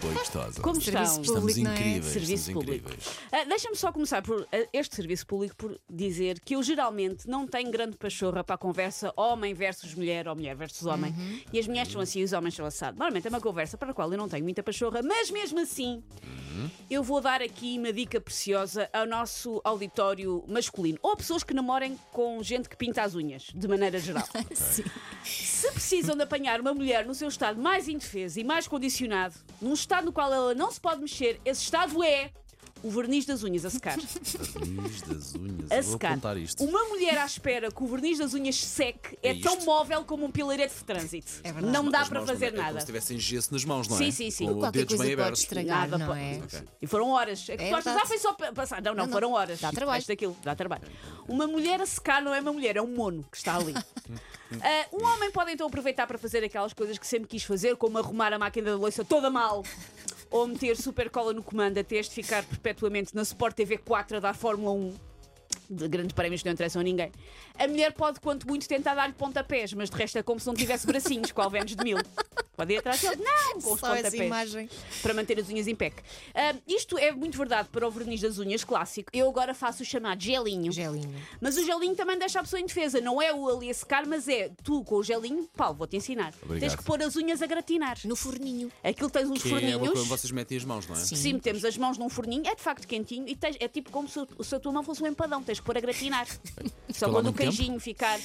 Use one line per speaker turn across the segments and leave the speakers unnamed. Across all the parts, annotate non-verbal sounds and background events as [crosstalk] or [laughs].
Boa e gostosa.
Como
Serviço
estão?
Estamos
público, não é?
incríveis,
Serviço
estamos
público.
incríveis.
Ah, Deixa-me só começar por ah, este serviço público por dizer que eu geralmente não tenho grande pachorra para a conversa homem versus mulher ou mulher versus homem.
Uhum.
E as mulheres são assim e os homens são assado. Normalmente é uma conversa para a qual eu não tenho muita pachorra, mas mesmo assim
Uhum.
eu vou dar aqui uma dica preciosa ao nosso auditório masculino ou pessoas que namorem com gente que pinta as unhas, de maneira geral.
[laughs] Sim.
Se precisam de apanhar uma mulher no seu estado mais indefesa e mais condicionado, num estado no qual ela não se pode mexer, esse estado é o verniz das unhas
[laughs]
a secar.
Verniz das unhas.
A
Eu Vou
secar.
apontar isto.
Uma mulher à espera que o verniz das unhas seque é,
É isto.
tão móvel como um pilarete de trânsito.
É verdade.
Não dá
As
para
mãos
fazer
também, É como
nada.
se tivessem gesso nas mãos, não é?
Sim, sim, sim.
Com os
Qualquer
dedos
coisa
bem
pode
abertos.
estragar,
Nada
não
pode-
é?
Ok.
E foram horas. É que
É
tu achas,
verdade.
ah, foi só pa- passar. Não, não,
Não, não.
foram horas. Tipo,
Dá trabalho.
Isto, é aquilo, dá trabalho. Uma mulher a secar não é uma mulher, é um mono que está
[laughs]
ali. Ah, um homem pode então aproveitar para fazer aquelas coisas que sempre quis fazer, como arrumar a máquina da louça toda mal. Ou meter super cola no comando até este ficar perpetuamente na Sport TV 4 a dar Fórmula 1. De grandes prémios que não interessam a ninguém. A mulher pode, quanto muito, tentar dar-lhe pontapés, mas de resto é como se não tivesse bracinhos, qual Vênus de mil. Pode ir atrás dele, não! Com os
Só
pontapés
essa imagem.
para manter as unhas em pé. Ah, isto é muito verdade para o verniz das unhas clássico. Eu agora faço o chamado gelinho.
Gelinho.
Mas o gelinho também deixa a pessoa indefesa. Não é o ali a secar, mas é tu com o gelinho. Paulo, vou-te ensinar.
Obrigado.
Tens que pôr as unhas a gratinar.
No forninho.
Aquilo tens uns
Que é uma coisa
forninhos.
onde vocês metem as mãos, não é?
Sim.
Se metemos as mãos num forninho, é de facto quentinho e tens- é tipo como se, o- se a tua mão fosse um empadão, tens de pôr
[laughs]
a gratinar. Só
lá
quando o
muito tempo?
queijinho ficar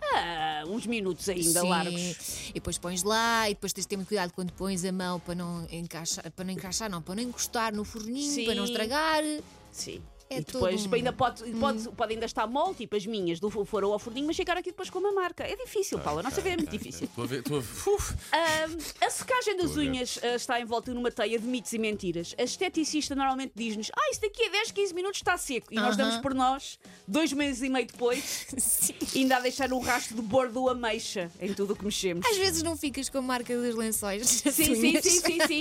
ah, uns minutos ainda
Sim.
largos.
E depois pões lá e depois tens de ter muito cuidado quando pões a mão para não encaixar, para não encaixar, não, para não encostar no forninho,
Sim.
para não estragar.
Sim.
É
e depois tipo,
todo um-
ainda pode, pode, pode ainda estar mole, tipo as minhas, do foram ao forninho, mas chegar aqui depois com uma marca. É difícil,
Ah,
Paula, a nossa vida é muito difícil.
Estou a ver, estou a ver. Uf.
Ah, a secagem das
Estou a ver.
unhas ah, está envolta numa teia de mitos e mentiras. A esteticista normalmente diz-nos: Ah, isso daqui a 10, 15 minutos está seco. E nós
Aham.
damos por nós, dois meses e meio depois, [laughs]
Sim.
ainda a deixar um rastro de bordo ou ameixa em tudo o que mexemos.
Às vezes não ficas com a marca dos lençóis. Assim,
Sim, sim, sim, sim, sim.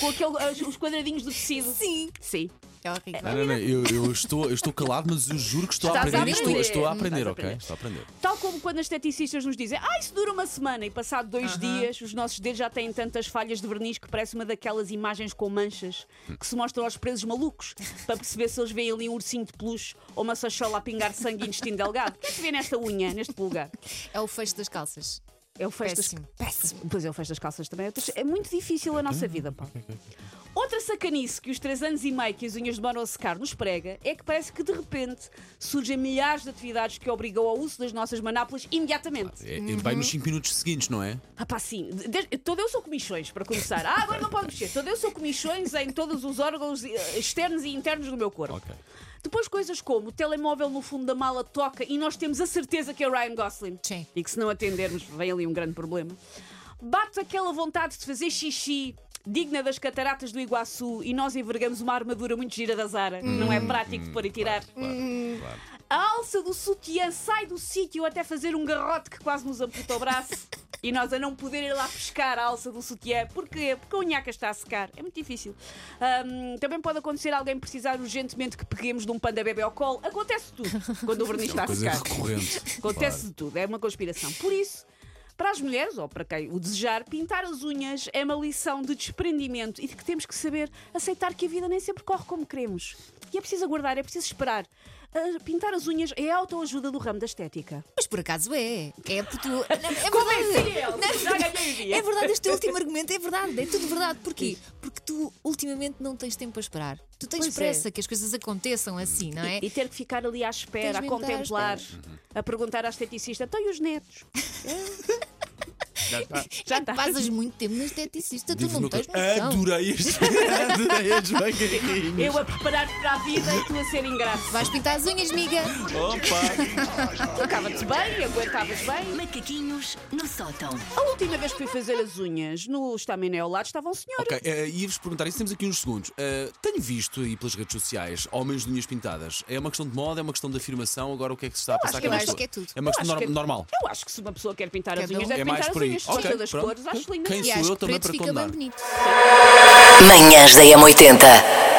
Com aquele, as- os quadradinhos do tecido.
Sim.
Sim.
É horrível.
Não, não, não. Eu, eu estou, eu estou calado, mas eu juro que estou a
Estás
aprender.
a
Estou,
aprender.
estou a
Estás
aprender,
a
ok?
aprender.
Estou a aprender.
Tal como quando as esteticistas nos dizem, ah, isso dura uma semana e passado dois dias, os nossos dedos já têm tantas falhas de verniz que parece uma daquelas imagens com manchas que se mostram aos presos malucos para perceber se eles veem ali um ursinho de peluche ou uma sachola a pingar sangue e intestino delgado. O que é que se vê nesta unha, neste pulgar?
É o fecho das calças.
É o fecho das
Péssimo. Péssimo.
Pois é, o fecho das calças também. é outras- É muito difícil a nossa vida, pá. Outra sacanice que os 3 anos e meio que as unhas demoram a secar nos prega é que parece que de repente surgem milhares de atividades que obrigam ao uso das nossas manápolis imediatamente.
É- é- Vai nos 5 minutos seguintes, não é?
Ah, pá, sim. De- de- Todo eu sou comichões, para começar. Ah, agora não pode mexer. Todo eu sou comichões em todos os órgãos eh, externos e internos do meu corpo.
Ok.
Depois, coisas como o telemóvel no fundo da mala toca e nós temos a certeza que é o Ryan Gosling.
Sim.
E que se não atendermos, vem ali um grande problema. Bate aquela vontade de fazer xixi. Digna das cataratas do Iguaçu e nós envergamos uma armadura muito gira da Zara. Não é prático de pôr e tirar.
Hum, Claro,
Hum,
claro.
A alça do sutiã sai do sítio até fazer um garrote que quase nos amputa o braço. E nós a não poder ir lá pescar a alça do sutiã. Porquê? Porque a unhaca está a secar. É muito difícil. Ahm, também pode acontecer alguém precisar urgentemente que peguemos de um panda bebê ao colo. Acontece tudo quando o verniz
É
está
uma
a
coisa
secar.
recorrente.
Acontece de tudo, é uma conspiração. Por isso, para as mulheres, ou para quem o desejar, pintar as unhas é uma lição de desprendimento e de que temos que saber aceitar que a vida nem sempre corre como queremos. E é preciso aguardar, é preciso esperar. Ah, pintar as unhas é a autoajuda do ramo da estética.
Mas por acaso é. É porque
[laughs]
tu. Não, é
Como é
verdade.
que é?
Não,
Já ganhei o dia.
É verdade, este teu último argumento é verdade. É tudo verdade. Porquê? Porque tu ultimamente não tens tempo para esperar. Tu tens
Pois é.
pressa que as coisas aconteçam assim, não é?
E ter que ficar ali à espera,
Tens mesmo
a
de estar à
contemplar,
espera.
Uhum.
a perguntar à esteticista: estão e os netos?
Já está.
Já está.
Passas muito tempo no esteticista, tu
Diz-me
não
uma
tens
coisa.
noção.
Adorei este. [laughs] Adorei as macaquinhas.
Eu a preparar-te para a vida e tu a ser ingrato.
Vais pintar as unhas, miga.
Opa!
Tocava-te bem, aguentavas bem.
Macaquinhos no sótão.
A última vez que fui fazer as unhas no estaminé ao lado estava um senhor.
Ok, eh, ia-vos perguntar, isso temos aqui uns segundos. Eh, tenho visto aí pelas redes sociais homens de unhas pintadas. É uma questão de moda, é uma questão de afirmação. Agora o que é que se está a passar
acho
cá
que-
na
eu
acho
pessoa?
que é tudo.
É uma questão
Eu acho
nor-
que-
normal.
Eu acho que se uma pessoa quer pintar as
Cada um.
unhas, deve
É mais
pintar as
por aí.
unhas.
Ok,
Gosta das
pronto.
cores, acho lindo.
Quem
E
sou
acho
eu
que
também
preto
para
fica bem
condenar?
bonito.
Manhãs da M80.